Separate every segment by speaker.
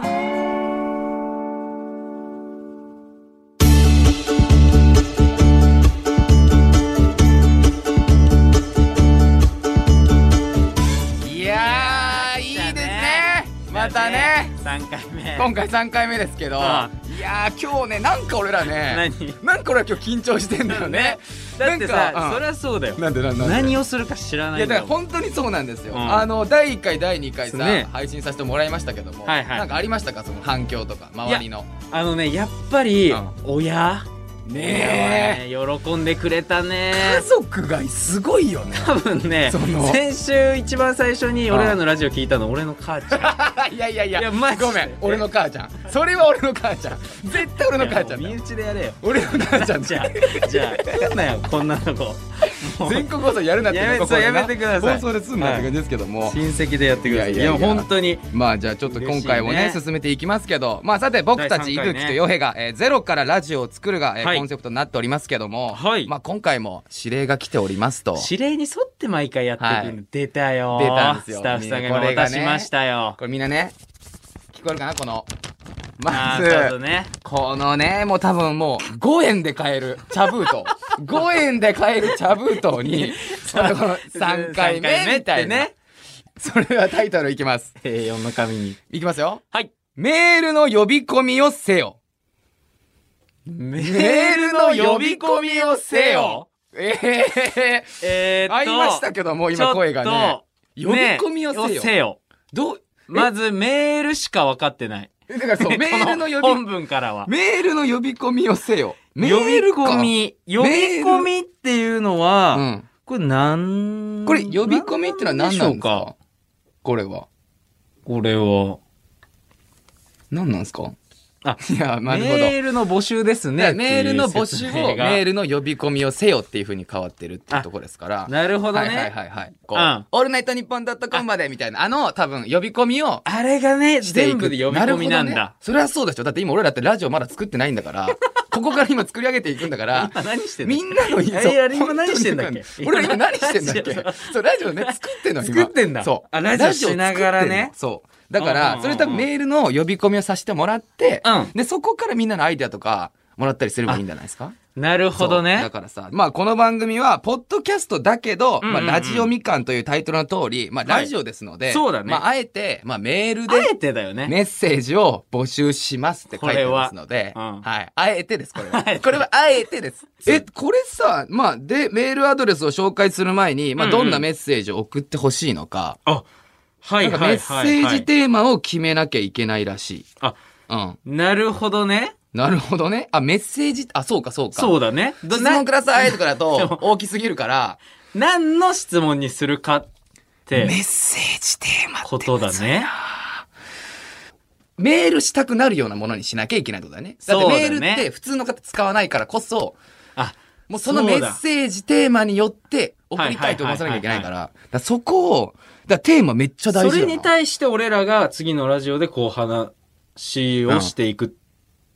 Speaker 1: んいやーいいですねまたね
Speaker 2: 3回目
Speaker 1: 今回3回目ですけど、
Speaker 2: う
Speaker 1: いやー今日ねなんか俺らね
Speaker 2: 何
Speaker 1: なんか俺ら今日緊張してんだよね
Speaker 2: だってさ、
Speaker 1: なんかうん
Speaker 2: そりゃそうだよ
Speaker 1: なんでなんでなんで
Speaker 2: 何をするか知らないい
Speaker 1: や
Speaker 2: ん
Speaker 1: だか
Speaker 2: だ
Speaker 1: ら
Speaker 2: もん
Speaker 1: 本当にそうなんですよ、
Speaker 2: うん
Speaker 1: あの第1回第2回さ、
Speaker 2: ね
Speaker 1: 配信させてもらいましたけども、
Speaker 2: はいはい
Speaker 1: なんかありましたかその反響とか周りの
Speaker 2: あのねやっぱり、
Speaker 1: うん
Speaker 2: 親
Speaker 1: ね
Speaker 2: ね喜んでくれたね
Speaker 1: え家族がすごいよね
Speaker 2: 多分ね
Speaker 1: その
Speaker 2: 先週一番最初に俺らのラジオ聞いたの俺の母ちゃ ん
Speaker 1: いやいやいや
Speaker 2: いや マジで
Speaker 1: ごめん俺の母ちゃんそれは俺の母ちゃん絶対俺の母ちゃんだ
Speaker 2: いやもう
Speaker 1: よ
Speaker 2: 身内でやれよ
Speaker 1: 俺の母ちゃん
Speaker 2: じ
Speaker 1: だ
Speaker 2: ゃ
Speaker 1: よ
Speaker 2: あじゃあ来んなよこんなの子もう
Speaker 1: 全国放送やるなって
Speaker 2: やめ
Speaker 1: ここでな
Speaker 2: そうやめてください
Speaker 1: 放送ですんなって感じですけども、
Speaker 2: 親戚でやってください
Speaker 1: い
Speaker 2: い
Speaker 1: や
Speaker 2: や
Speaker 1: いやいや
Speaker 2: 本当に
Speaker 1: まあじゃあちょっと今回もね
Speaker 2: 嬉しいね
Speaker 1: 進めていきますけどまあさて僕たち
Speaker 2: 第
Speaker 1: 伊
Speaker 2: 三回ね
Speaker 1: 吹とヨヘが、えーゼロからラジオを作るが、えー
Speaker 2: はい
Speaker 1: コンセプトになっておりますけども、
Speaker 2: はい
Speaker 1: まあ今回も指令が来ておりますと
Speaker 2: 指令に沿って毎回やってくる
Speaker 1: は
Speaker 2: の出たよ
Speaker 1: 出たんですよ
Speaker 2: スタッフさんが
Speaker 1: こ
Speaker 2: 今
Speaker 1: れが
Speaker 2: 渡
Speaker 1: ね
Speaker 2: しましたよ
Speaker 1: これみんなね聞こえるかなこのま
Speaker 2: あ
Speaker 1: ず
Speaker 2: ーそうそうね
Speaker 1: このねもう多分もう5円で買える茶封 筒5円で買える茶封筒 にこのこの3回目みたいな、
Speaker 2: ね
Speaker 1: ね、それはタイトルいきます
Speaker 2: A4 の紙に
Speaker 1: いきますよ
Speaker 2: はい
Speaker 1: メールの呼び込みをせよ
Speaker 2: メ
Speaker 1: メールの呼び込みをせよええ
Speaker 2: えー、っと
Speaker 1: ありましたけども今声がね
Speaker 2: ち
Speaker 1: 呼
Speaker 2: ょ
Speaker 1: び
Speaker 2: っと
Speaker 1: 込みをせよ,、
Speaker 2: ねせよ
Speaker 1: どう
Speaker 2: まずメールしか分かってない
Speaker 1: えだから そうメールの呼
Speaker 2: 本
Speaker 1: び
Speaker 2: 文からは
Speaker 1: メールの呼び込みをせよメ
Speaker 2: 呼び
Speaker 1: ールか
Speaker 2: 込み呼び込みっていうのは、
Speaker 1: うん
Speaker 2: これなん
Speaker 1: これ呼び込みってのは何なんです
Speaker 2: なんでしょう
Speaker 1: かこれは
Speaker 2: これは
Speaker 1: 何なんですか
Speaker 2: あ
Speaker 1: いやなるほど
Speaker 2: メールの募集です
Speaker 1: ね
Speaker 2: ね
Speaker 1: メールの募集を
Speaker 2: っていう説明が
Speaker 1: メールの呼び込みをせよっていうふうに変わってるっていうところですから
Speaker 2: なるほどね、
Speaker 1: はいはいはいはいこう、
Speaker 2: うん
Speaker 1: オールナイトニッポンドットコムまでみたいなあの多分呼び込みを
Speaker 2: あれがね
Speaker 1: してい
Speaker 2: 全
Speaker 1: く
Speaker 2: 部で呼び込みなん
Speaker 1: るほどね
Speaker 2: だ、
Speaker 1: それはそうでしょだって今俺らってラジオまだ作ってないんだから ここから 今作り上げていくんだから
Speaker 2: 今何してんの
Speaker 1: みんなの
Speaker 2: やいや今何してんだっけ
Speaker 1: そう俺ら今何してんだっ
Speaker 2: ラジ
Speaker 1: け
Speaker 2: オ
Speaker 1: そうラジオね作ってんの今
Speaker 2: 作ってんだ
Speaker 1: そう
Speaker 2: あラジオしながらね
Speaker 1: ラジオ作ってんのそうだか
Speaker 2: うんうんうん
Speaker 1: ら
Speaker 2: うん
Speaker 1: それ多分メールの呼び込みをさせてもらって、
Speaker 2: うん
Speaker 1: でそこからみんなのアイデアとかもらったりすればいいんじゃないですか
Speaker 2: なるほど
Speaker 1: そうだ
Speaker 2: ね
Speaker 1: からさ、まあこの番組は、ポッドキャストだけど、
Speaker 2: うんうんうん
Speaker 1: まあラジオみかんというタイトルの通り、まあ
Speaker 2: はい
Speaker 1: ラジオですので、
Speaker 2: そうだね
Speaker 1: まああえて、まあメール
Speaker 2: あえ
Speaker 1: で
Speaker 2: てだよね
Speaker 1: メッセージを募集しますって書いてますので、
Speaker 2: これはうん
Speaker 1: はい。あえてです、これ
Speaker 2: あえ
Speaker 1: は。
Speaker 2: て
Speaker 1: これはあえて です。え、これさ、まあで、メールアドレスを紹介する前に、まあ
Speaker 2: うんうん
Speaker 1: どんなメッセージを送ってほしいのか、
Speaker 2: あはい
Speaker 1: なんか
Speaker 2: は
Speaker 1: メ
Speaker 2: い
Speaker 1: ッセ
Speaker 2: はい、はい、
Speaker 1: ージテーマを決めなきゃいけないらしい。
Speaker 2: あ
Speaker 1: うん。
Speaker 2: なるほどね
Speaker 1: なるほどね。あ、メッセージ、あ、そうかそうか。
Speaker 2: そうだねど
Speaker 1: 質問くださいとかだ
Speaker 2: で
Speaker 1: と
Speaker 2: も
Speaker 1: 大きすぎるから、
Speaker 2: な何の質問にするかって
Speaker 1: メッセージテーマって
Speaker 2: ことだね
Speaker 1: メールしたくなるようなものにしなきゃいけないってことだよねだって
Speaker 2: そうだ
Speaker 1: メー
Speaker 2: ね
Speaker 1: ルって普通の方使わないからこそ
Speaker 2: あ
Speaker 1: もうそのメッセージテーマによって送りたいと思わせなきゃいけないからだからそこをだからテーマめっちゃ大
Speaker 2: そ
Speaker 1: 事
Speaker 2: れ
Speaker 1: よ
Speaker 2: に
Speaker 1: な
Speaker 2: 対して俺らが次のラジオでこう話をしていくっ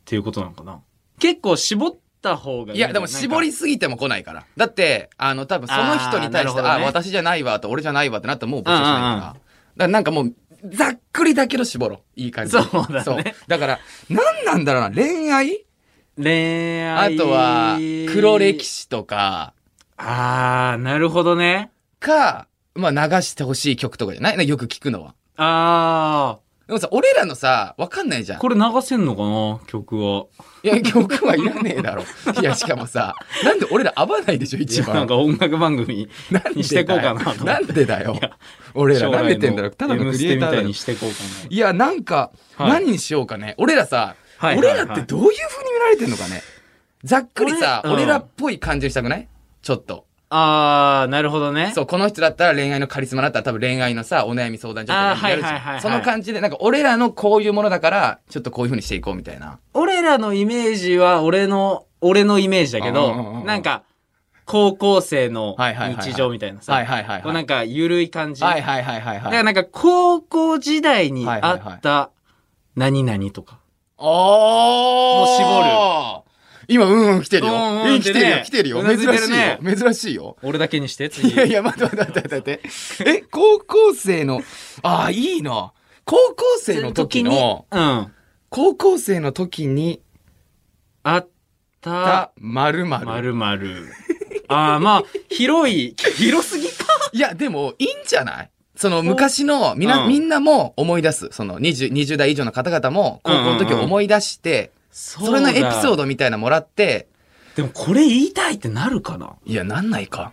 Speaker 2: ていうことなのかな、結構絞った方がいい
Speaker 1: いやでも絞りすぎても来ないからだってあの多分その人に対して
Speaker 2: あーな
Speaker 1: あ,、
Speaker 2: るほどね
Speaker 1: 私じゃないわと俺じゃないわってなったらもう募集しないから,、
Speaker 2: うんうんうん
Speaker 1: だからなんかもうざっくりだけど絞ろういい感じで
Speaker 2: そうだね
Speaker 1: だから何なんだろうな恋愛
Speaker 2: 恋
Speaker 1: あ
Speaker 2: 愛
Speaker 1: とは黒歴史とか
Speaker 2: ああなるほどね
Speaker 1: か、まあ流してほしい曲とかじゃないよく聞くのは。
Speaker 2: あ
Speaker 1: でもさ、俺らのさ、わかんないじゃ
Speaker 2: あ
Speaker 1: ん。
Speaker 2: これ流せんのかな曲はい
Speaker 1: や、曲はいらねえだろ。いや、しかもさ、なんで俺ら合わないでしょ、一
Speaker 2: いやな
Speaker 1: 番
Speaker 2: ん。か音楽番組
Speaker 1: なん
Speaker 2: にしてこうか
Speaker 1: でだ
Speaker 2: な
Speaker 1: よなんでだよ。俺ら、
Speaker 2: 将来
Speaker 1: な
Speaker 2: の
Speaker 1: めてんだろ。ただのクリエイター
Speaker 2: M ステみた
Speaker 1: だ
Speaker 2: い
Speaker 1: よ
Speaker 2: に。してこうかない
Speaker 1: や、なんか、
Speaker 2: はい
Speaker 1: 何にしようかね。俺らさ、
Speaker 2: はいはいはい
Speaker 1: 俺らってどういう風に見られてんのかね。ざっくりさ、
Speaker 2: 俺うん
Speaker 1: 俺らっぽい感じにしたくないちょっと。
Speaker 2: あー、なるほど ね。
Speaker 1: そう、この人だったら恋愛のカリスマだったら多分恋愛のさ、お悩み相談所とかにやるじ
Speaker 2: あーはいはいはい
Speaker 1: ゃ
Speaker 2: は
Speaker 1: ん。
Speaker 2: い
Speaker 1: その感じで、なんか俺らのこういうものだから、ちょっとこういう風にしていこうみたいな。
Speaker 2: 俺らのイメージは、俺の、俺のイメージだけ
Speaker 1: うんうんうんう
Speaker 2: ど、
Speaker 1: ん
Speaker 2: なんか、高校生の
Speaker 1: はいはいはいはい
Speaker 2: 日常みたいなさ、
Speaker 1: はいはいはい
Speaker 2: こう
Speaker 1: は。
Speaker 2: ないんか、ゆるい感じ。
Speaker 1: はいはいはいはい
Speaker 2: だ
Speaker 1: は
Speaker 2: か
Speaker 1: い。
Speaker 2: らなんか、高校時代にあった、何々とか。
Speaker 1: おー
Speaker 2: も
Speaker 1: 絞る。今、うんうん来てるよ。
Speaker 2: うんうん
Speaker 1: うん、来てるよ、
Speaker 2: ってね
Speaker 1: 来てるよ。
Speaker 2: うなずいて
Speaker 1: 珍し
Speaker 2: る
Speaker 1: いよ
Speaker 2: ね。
Speaker 1: 珍しいよ。
Speaker 2: 俺だけにして、 次
Speaker 1: い。やいや、待って待って待って待って。え、高校生の、ああ、いいな。高校生の時の、
Speaker 2: うん。
Speaker 1: 高校生の時に、
Speaker 2: あった
Speaker 1: た、、まるま
Speaker 2: ま
Speaker 1: る。
Speaker 2: るまる。ああ、まあ、広い、広すぎか。
Speaker 1: いや、でも、いいんじゃないその昔の、みな、
Speaker 2: うん
Speaker 1: みんなも思い出す。その20、20代以上の方々も、高校の時を思い出して、
Speaker 2: そ
Speaker 1: それのエピソー
Speaker 2: ド。
Speaker 1: ドみたいなのもらって、
Speaker 2: でも、これ言いたいってなるか ない
Speaker 1: や、なんないか。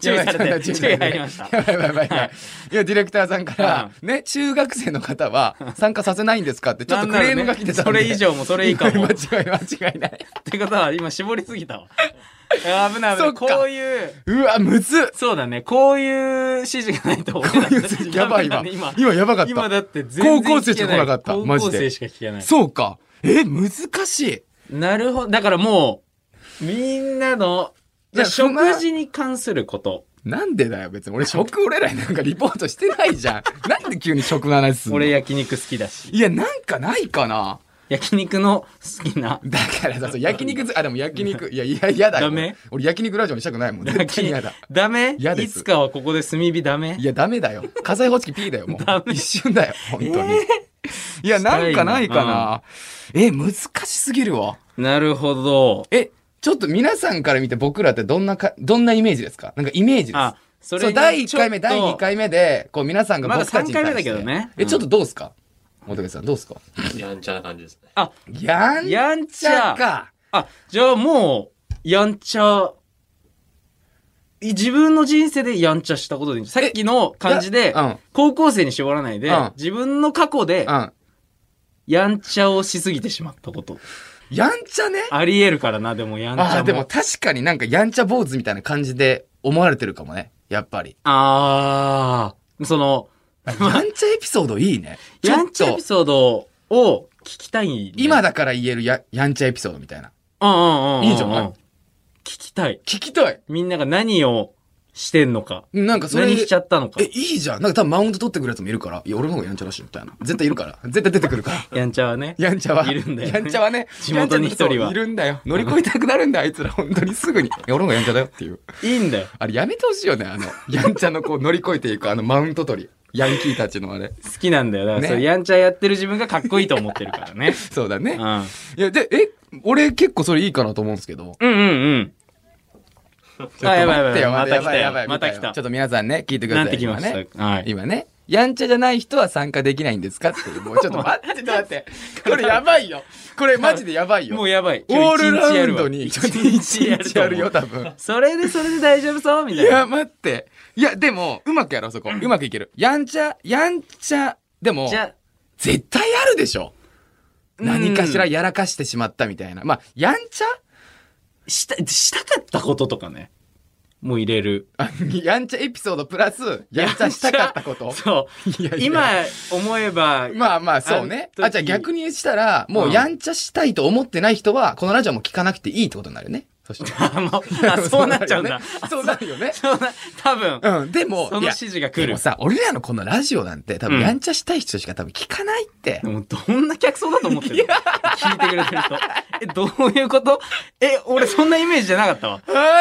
Speaker 2: 注意され て、
Speaker 1: やばい
Speaker 2: 注意入りました。
Speaker 1: や ばいやばいやばい。いや、ディレクターさんから、ね、中学生の方は参加させないんですかって、ちょっとクレームが来てたんで。
Speaker 2: それ以上もそれ以下
Speaker 1: 間
Speaker 2: も。っ
Speaker 1: 違い間違いない。
Speaker 2: てことは、今絞りすぎたわ。あー危ない危な
Speaker 1: そ
Speaker 2: い。
Speaker 1: っ
Speaker 2: こ
Speaker 1: か
Speaker 2: ういう、
Speaker 1: うわ、むずっ
Speaker 2: そうだね。こういう指示がないと俺
Speaker 1: こ
Speaker 2: ら
Speaker 1: うい
Speaker 2: たち
Speaker 1: う、やばいわ。
Speaker 2: ダメだね今、
Speaker 1: 今やばかっ
Speaker 2: 今
Speaker 1: た。
Speaker 2: だって全然聞けない。
Speaker 1: 高校生しか来なかったマジで
Speaker 2: 高校生しか聞けない。
Speaker 1: そうか。え、難しい。
Speaker 2: なるほど。だからもう、みんなの、
Speaker 1: いやそんな
Speaker 2: 食事に関すること。
Speaker 1: なんでだよ、別に。俺、食、俺らになんかリポートしてない じゃん。なんで急に食の話すんの
Speaker 2: 俺
Speaker 1: い
Speaker 2: 焼肉好きだし。
Speaker 1: や、なんかないかな。
Speaker 2: 焼肉の好き な。
Speaker 1: だからさ、そう焼肉ず、あ、でも焼肉、いや、いや、嫌だよ。
Speaker 2: ダメ
Speaker 1: 俺、焼肉ラジオにしたくないもん。絶対に嫌だ。
Speaker 2: ダメ
Speaker 1: 嫌で
Speaker 2: い
Speaker 1: す
Speaker 2: つかはここで炭火ダメ
Speaker 1: いや、ダメだよ。火災報知器 P だよ、も
Speaker 2: ダ
Speaker 1: う。
Speaker 2: メ
Speaker 1: 一瞬だよ、本当に。いや、なんかないかな。え、難しすぎるわ。
Speaker 2: なるほど。
Speaker 1: え、ちょっと皆さんから見て僕らってどんなか、どんなイメージですかなんかイメージです。
Speaker 2: あ、
Speaker 1: そ
Speaker 2: それ
Speaker 1: う、
Speaker 2: に
Speaker 1: 第1回目、
Speaker 2: ちょっ
Speaker 1: 第
Speaker 2: と
Speaker 1: 2回目で、こう皆さんが
Speaker 2: まだ
Speaker 1: 僕たちに対して。
Speaker 2: 三回目だけどね
Speaker 1: え、
Speaker 2: うん
Speaker 1: ちょっとどうすか大竹さん、どうすか
Speaker 3: やんちゃな感じですね。
Speaker 2: あ、
Speaker 1: やん
Speaker 2: やん
Speaker 1: ち
Speaker 2: ち
Speaker 1: ゃ
Speaker 2: ゃ。
Speaker 1: か。
Speaker 2: あ、じゃあもう、やんちゃ、い自分の人生でやんちゃしたことでいいんじゃんさっきの感じ
Speaker 1: い
Speaker 2: で
Speaker 1: やうん、
Speaker 2: 高校生に絞らないで
Speaker 1: うん、
Speaker 2: 自分の過去で
Speaker 1: う、ん。
Speaker 2: やんちゃをしすぎてしまったこと。
Speaker 1: やんちゃね。
Speaker 2: ありえるからな、でもやんち
Speaker 1: あ
Speaker 2: ゃ
Speaker 1: ー、でも
Speaker 2: も。
Speaker 1: 確かになんかやんちゃ坊主みたいな感じで思われてるかもね。やっぱ り。
Speaker 2: あー、その、
Speaker 1: やんちゃエピソードいいね。ち
Speaker 2: や
Speaker 1: ょっ
Speaker 2: んちゃエ
Speaker 1: と
Speaker 2: ピ、ソードを聞きたいね。
Speaker 1: 今だから言えるややんちゃエピソードみたいな。
Speaker 2: うんうんうんうん。
Speaker 1: いいんじゃない
Speaker 2: 聞きたい。
Speaker 1: 聞きたい。
Speaker 2: みんなが何をしてんのか。
Speaker 1: なんかそれ。
Speaker 2: 何しちゃったのか
Speaker 1: え、。いいじゃん。なんか多分マウント取ってくるやつもいるから。いや、俺の方がやんちゃらしいみたいな。絶対いるから。絶対出てくるから。
Speaker 2: やんちゃはね。
Speaker 1: やんちゃは。
Speaker 2: いるんだよね
Speaker 1: やんちゃはね。
Speaker 2: 地元に一人は
Speaker 1: やんちゃそういるんだよ。乗り越えたくなるんだよ、あいつら。本当 にすぐに。いや、俺の方がやんちゃだよっていう。
Speaker 2: いいんだよ。
Speaker 1: あれ、やめてほしいよね。あ の、やんちゃのこう乗り越えていく、あの、マウント取り。ヤンキーたちのあれ。
Speaker 2: 好きなんだよ。だから、
Speaker 1: ね
Speaker 2: それやんちゃやってる自分がかっこいいと思ってるからね。
Speaker 1: そうだ
Speaker 2: う
Speaker 1: ね。
Speaker 2: ん。
Speaker 1: いや、で、え、俺結構それいいかなと思うんですけど。
Speaker 2: うんうんうん。あ、やばいやばいやばい。また来
Speaker 1: やばいやば
Speaker 2: た
Speaker 1: いやばい
Speaker 2: よ。また来
Speaker 1: みいな
Speaker 2: た
Speaker 1: ちょ。っと皆さんね、聞いてくだ
Speaker 2: な
Speaker 1: さい。
Speaker 2: ってきまし
Speaker 1: 今ね
Speaker 2: た。はい。
Speaker 1: 今ね、やんちゃじゃない人は参加できないんですかっていう。もうちょっと待って、待っ て。これやばいよ。これマジでやばいよ。
Speaker 2: もうやばい。
Speaker 1: オールラ
Speaker 2: 今日一日や
Speaker 1: ウ
Speaker 2: る
Speaker 1: ン
Speaker 2: わ
Speaker 1: ドに、
Speaker 2: 一
Speaker 1: ちょっと一
Speaker 2: 日やる
Speaker 1: 日
Speaker 2: と
Speaker 1: や
Speaker 2: 思
Speaker 1: る
Speaker 2: う
Speaker 1: よ、多分。
Speaker 2: それでそれで大丈夫そうみ
Speaker 1: い
Speaker 2: たい
Speaker 1: や、
Speaker 2: な。
Speaker 1: 待って。いや、でも、うまくやろう、そこ。うまくいける。やんちゃ、やんちゃ、でも
Speaker 2: じ、ゃ
Speaker 1: 絶対あるでしょ。
Speaker 2: うん
Speaker 1: 何かしらやらかしてしまったみたいな。まあ、やんちゃ
Speaker 2: あ、した、したかったこととかね。もう入れる。
Speaker 1: あやんちゃエピソードプラス、やんちゃしたかったこと。
Speaker 2: そう。
Speaker 1: いやいや
Speaker 2: 今思えば、
Speaker 1: まあまあ、そうね。
Speaker 2: あの時
Speaker 1: あ、じゃあ逆にしたら、もうやんちゃしたいと思ってない人は、このラジオも聞かなくていいってことになるよね。そして。
Speaker 2: あもう あそうなっちゃうんだ。
Speaker 1: そうなるよね。
Speaker 2: そうな、 多分、
Speaker 1: うん、でも、
Speaker 2: その
Speaker 1: いや
Speaker 2: 指示が来
Speaker 1: でも
Speaker 2: る。
Speaker 1: さ、俺らのこのラジオなんて、多分
Speaker 2: うん
Speaker 1: やんちゃしたい人しか多分聞かないって。
Speaker 2: もうどんな客層だと思ってるの聞いてくれてる人。え、どういうことえ、俺そんなイメージじゃなかったわ。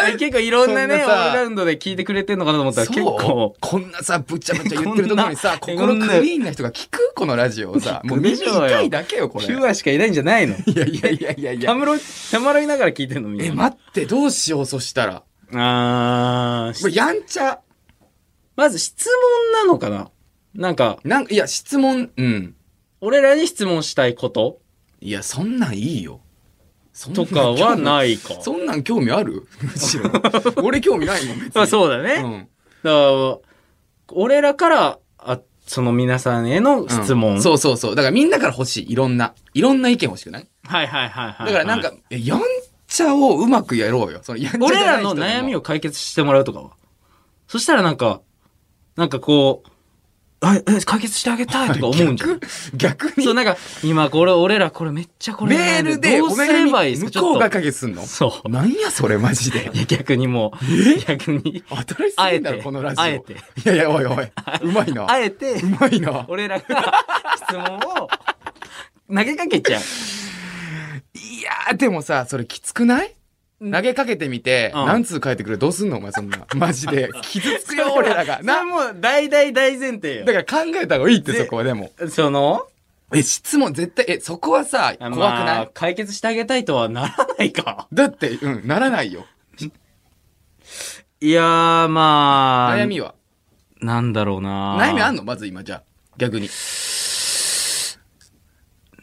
Speaker 2: え結構いろんなね、オ
Speaker 1: そんな
Speaker 2: ール
Speaker 1: さ
Speaker 2: ラウンドで聞いてくれてんのかなと思ったら結構
Speaker 1: そう。こんなさ、ぶっちゃぶっちゃ言ってるところにさ、
Speaker 2: こんな
Speaker 1: 心クリーンな人が聞くこのラジオを さ、
Speaker 2: 聞
Speaker 1: も
Speaker 2: く
Speaker 1: う耳
Speaker 2: でしょうよ
Speaker 1: 痛いだけよ、これ。
Speaker 2: ピュアしかいないんじゃないの
Speaker 1: いやいやいやいやい
Speaker 2: た
Speaker 1: や。
Speaker 2: まろい、たまらいながら聞いてんのみんな。
Speaker 1: え、待って、どうしよう、そしたら。
Speaker 2: あー
Speaker 1: これやんちゃ。
Speaker 2: まず質問なのかななんか、
Speaker 1: なんか、いや、質問、うん。
Speaker 2: 俺らに質問したいこと
Speaker 1: いや、そんなんいいよ。そんなん
Speaker 2: とかはないか。
Speaker 1: そんなん興味あるむし ろ。俺興味ないもん、別に。
Speaker 2: まあそうだね。
Speaker 1: うん。
Speaker 2: だから、俺らから、あ、その皆さんへの質
Speaker 1: う
Speaker 2: 問。
Speaker 1: んそうそうそう。だからみんなから欲しい。いろんな。いろんな意見欲しくない
Speaker 2: はいはいはいはい。
Speaker 1: だからなんか、
Speaker 2: はい、
Speaker 1: えやんちちゃをうまくやろうよ。そのやんちゃじゃない
Speaker 2: 俺
Speaker 1: 人
Speaker 2: らの悩みを解決してもらうとかは。そしたらなんか、なんかこう、あえ解決してあげたいとか思うんじゃん。
Speaker 1: 逆 に
Speaker 2: そう、なんか、今これ、俺らこれめっちゃこれ
Speaker 1: メ
Speaker 2: 悩
Speaker 1: ー
Speaker 2: ん
Speaker 1: ルで
Speaker 2: どう
Speaker 1: お
Speaker 2: すれば
Speaker 1: 悩
Speaker 2: い
Speaker 1: み
Speaker 2: いですか
Speaker 1: 向
Speaker 2: ちょ
Speaker 1: こう
Speaker 2: っ
Speaker 1: が
Speaker 2: と。
Speaker 1: 解決すんの
Speaker 2: そう。
Speaker 1: なんやそれマジで
Speaker 2: い。や、逆にもう、逆
Speaker 1: 新し
Speaker 2: に、
Speaker 1: すぎんだ
Speaker 2: あえ
Speaker 1: ろ
Speaker 2: て
Speaker 1: このラジオ。
Speaker 2: あえて
Speaker 1: いやいやおいおい。うまいな。
Speaker 2: あえて
Speaker 1: う、まいな。
Speaker 2: 俺らが質問を投げかけちゃう。
Speaker 1: いやーでもさそれきつくない投げかけてみて、
Speaker 2: うん
Speaker 1: 何通返ってくるどうすんのお前そんなマジ で傷つくよ俺らが
Speaker 2: な、
Speaker 1: な
Speaker 2: もう大大大前提よ。
Speaker 1: だから考えた方がいいって
Speaker 2: で
Speaker 1: そこはでも
Speaker 2: その、
Speaker 1: え質問絶対えそこはさ怖くない、
Speaker 2: まあ、解決してあげたいとはならないか。
Speaker 1: だってうんならないよ
Speaker 2: いやー、まあ、
Speaker 1: 悩みは
Speaker 2: なんだろうな
Speaker 1: 悩みあん
Speaker 2: の
Speaker 1: のまず今じゃあ逆に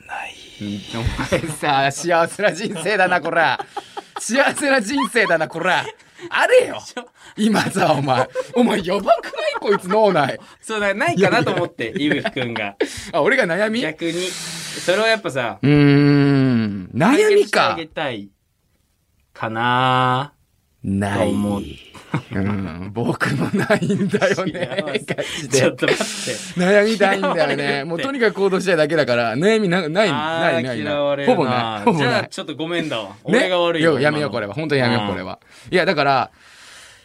Speaker 1: ないお前さ幸せな人生だなこら幸せな人生だなこらあれよ今さお前お前やばくないこいつ脳内
Speaker 2: そうだ、ないかなと思 って、ゆぶきくんが。
Speaker 1: あ俺が悩み
Speaker 2: 逆に。それをやっぱさ、
Speaker 1: うーん。悩
Speaker 2: 解決
Speaker 1: み
Speaker 2: してあ
Speaker 1: か
Speaker 2: げ。たい。かな
Speaker 1: な
Speaker 2: と思う
Speaker 1: うん、僕もないんだよね。
Speaker 2: 幸
Speaker 1: ガチ
Speaker 2: ーちょ
Speaker 1: で。
Speaker 2: っと待って。
Speaker 1: 悩みたいんだよ
Speaker 2: 嫌われるっ
Speaker 1: ね。
Speaker 2: て
Speaker 1: もうとにかく行動したいだけだから、悩みなない、
Speaker 2: あ
Speaker 1: な
Speaker 2: ー
Speaker 1: い、ない、
Speaker 2: 嫌わ
Speaker 1: な
Speaker 2: れ
Speaker 1: い。
Speaker 2: る
Speaker 1: ほ
Speaker 2: な
Speaker 1: ぼない。ほぼ
Speaker 2: じ
Speaker 1: な
Speaker 2: ゃあ、
Speaker 1: い。
Speaker 2: ちょっとごめんだわ。俺が悪い
Speaker 1: よ。やめよう、これは。本当にやめよう、これ。は。いや、だから、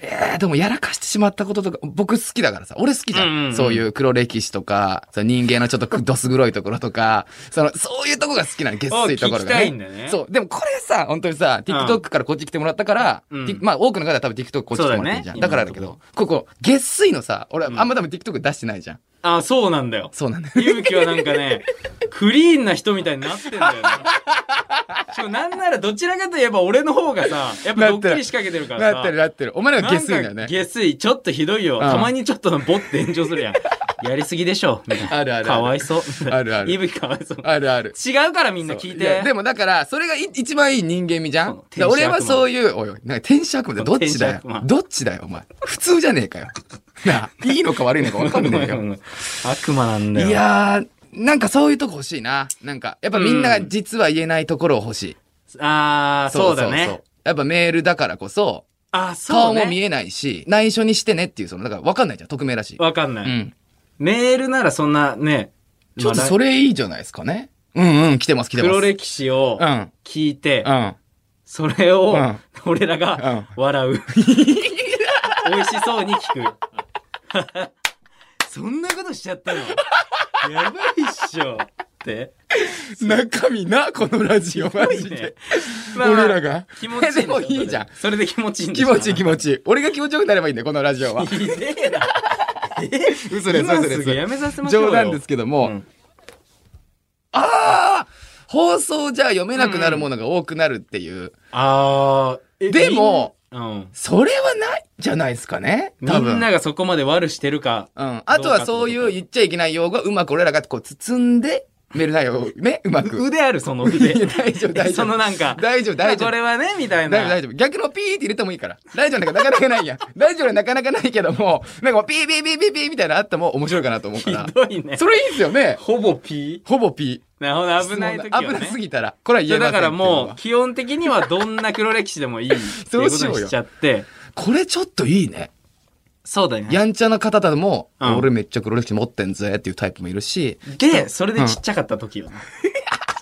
Speaker 1: えー、でもやらかしてしまったこととか、僕好きだからさ、俺好きじゃん。
Speaker 2: うんうんうん
Speaker 1: そういう黒歴史とか、その人間のちょっとくどす黒いところとか、その、そういうとこが好きなの、げっすいところが、ね。
Speaker 2: お聞きたいんだね
Speaker 1: そう。でもこれさ、本当にさ、TikTok からこっち来てもらったから、
Speaker 2: うん
Speaker 1: Tik- まあ多くの方は多分 TikTok こっち来てもらってるじゃん。
Speaker 2: そうだね
Speaker 1: だからだけど、ここ、げっすいのさ、俺、
Speaker 2: うん
Speaker 1: あんま多分 TikTok 出してないじゃん。
Speaker 2: うんあ、そうなんだよ。
Speaker 1: そうなんだよ。
Speaker 2: ゆぶきはなんかね、クリーンな人みたいになってんだよね。 しかもなんならどちらかといえば俺の方がさ、やっぱドッキリ仕掛けてるからさ。
Speaker 1: なってるなってる。お前らがげっすいんだよ
Speaker 2: なん
Speaker 1: ね
Speaker 2: か。下水、ちょっとひどい
Speaker 1: ん
Speaker 2: よ。たまにちょっとボッて炎上する やん。やりすぎでしょ。みたいな
Speaker 1: あるあるある
Speaker 2: かわいそう。
Speaker 1: あるある
Speaker 2: いぶきかわいそう。
Speaker 1: あるある。
Speaker 2: 違うからみんな聞い
Speaker 1: いや
Speaker 2: て。
Speaker 1: でもだから、それがい一番いい人間味じゃん。
Speaker 2: そう
Speaker 1: だから
Speaker 2: 天使悪魔
Speaker 1: 俺はそういう、おいおい、なんか天使悪魔ってどっちだよ
Speaker 2: 天使悪魔。
Speaker 1: どっちだよ、お前。普通じゃねえかよ。なあ、いいのか悪いのか分かんないよ。
Speaker 2: 悪魔なんだよ。
Speaker 1: いやー、なんかそういうとこ欲しいな。なんか、やっぱみんなが実は言えないところを欲しい。
Speaker 2: あー、そうだね。
Speaker 1: やっぱメールだからこそ、
Speaker 2: あ、そう
Speaker 1: 顔
Speaker 2: ね。
Speaker 1: も見えないし、内緒にしてねっていう、その、だから分かんないじゃん、匿名だし。
Speaker 2: わかん
Speaker 1: う
Speaker 2: ない、
Speaker 1: ん。
Speaker 2: メールならそんなね、
Speaker 1: ちょっと
Speaker 2: まあ
Speaker 1: それいいじゃないですかね。うんうん、来てます、来てます。
Speaker 2: 黒歴史を
Speaker 1: うん。
Speaker 2: 聞いて、
Speaker 1: うん。
Speaker 2: それを
Speaker 1: うん
Speaker 2: 俺らが笑う。 美味しそうに聞く。 そんなことしちゃったのやばいっしょって。
Speaker 1: 中身な、このラジオ、マジ
Speaker 2: すごいね
Speaker 1: で。
Speaker 2: まあまあ
Speaker 1: 俺らが
Speaker 2: 気持ちいいんだよ。
Speaker 1: でもいいじゃん
Speaker 2: それで気持ちいいんだ
Speaker 1: 気
Speaker 2: よ
Speaker 1: 持ちいい気持ちいい。俺が気持ちよくなればいいんだよ、このラジオは。
Speaker 2: ひでえな。
Speaker 1: 嘘です、
Speaker 2: 今
Speaker 1: 嘘です
Speaker 2: ぐや
Speaker 1: す。
Speaker 2: めさせましょうよ。
Speaker 1: 冗談です
Speaker 2: け
Speaker 1: けども、
Speaker 2: うん
Speaker 1: ああ放送じゃ読めなくなるものが多くなるっていう。
Speaker 2: あーえ
Speaker 1: でも、
Speaker 2: みんうん。
Speaker 1: それはないじゃないですかね。
Speaker 2: み
Speaker 1: 多分。
Speaker 2: んながそこまで悪してるか。
Speaker 1: うん。あとはそう
Speaker 2: どう
Speaker 1: い
Speaker 2: か
Speaker 1: う
Speaker 2: ってこと
Speaker 1: 言っちゃいけない用語はうまく俺らがこう包んで、メール内容をね、うまく。
Speaker 2: 腕ある、その腕。
Speaker 1: いや 大丈夫大丈夫
Speaker 2: そのなんか。
Speaker 1: 大丈夫大丈夫
Speaker 2: まあこれはね、みたい
Speaker 1: 大丈夫
Speaker 2: な。
Speaker 1: 大丈夫。逆のピーって入れてもいいから。大丈夫なんかなかなかないやん。 大丈夫なかなかないけども、なんかもうピーピーピーピーピーみたいなのあっても面白いかなと思うから
Speaker 2: ひ。どいね。
Speaker 1: それいいですよね。
Speaker 2: ほぼ P?
Speaker 1: ほぼピ
Speaker 2: なるほ
Speaker 1: ー。
Speaker 2: ど、危ない時はね。
Speaker 1: 危なすぎたら。これは言えませ
Speaker 2: だ
Speaker 1: ん
Speaker 2: からもう、
Speaker 1: ってい
Speaker 2: 基本的にはどんな黒歴史でもいい。って
Speaker 1: そ
Speaker 2: いううこ
Speaker 1: し
Speaker 2: と
Speaker 1: ようよ
Speaker 2: にしちゃって。
Speaker 1: うのはこれちょっといいね。
Speaker 2: そうだね。
Speaker 1: やんちゃな方だとも、
Speaker 2: うん
Speaker 1: 俺めっちゃ黒歴史持ってんぜっていうタイプもいるし、
Speaker 2: で、それでちっちゃかった時よ。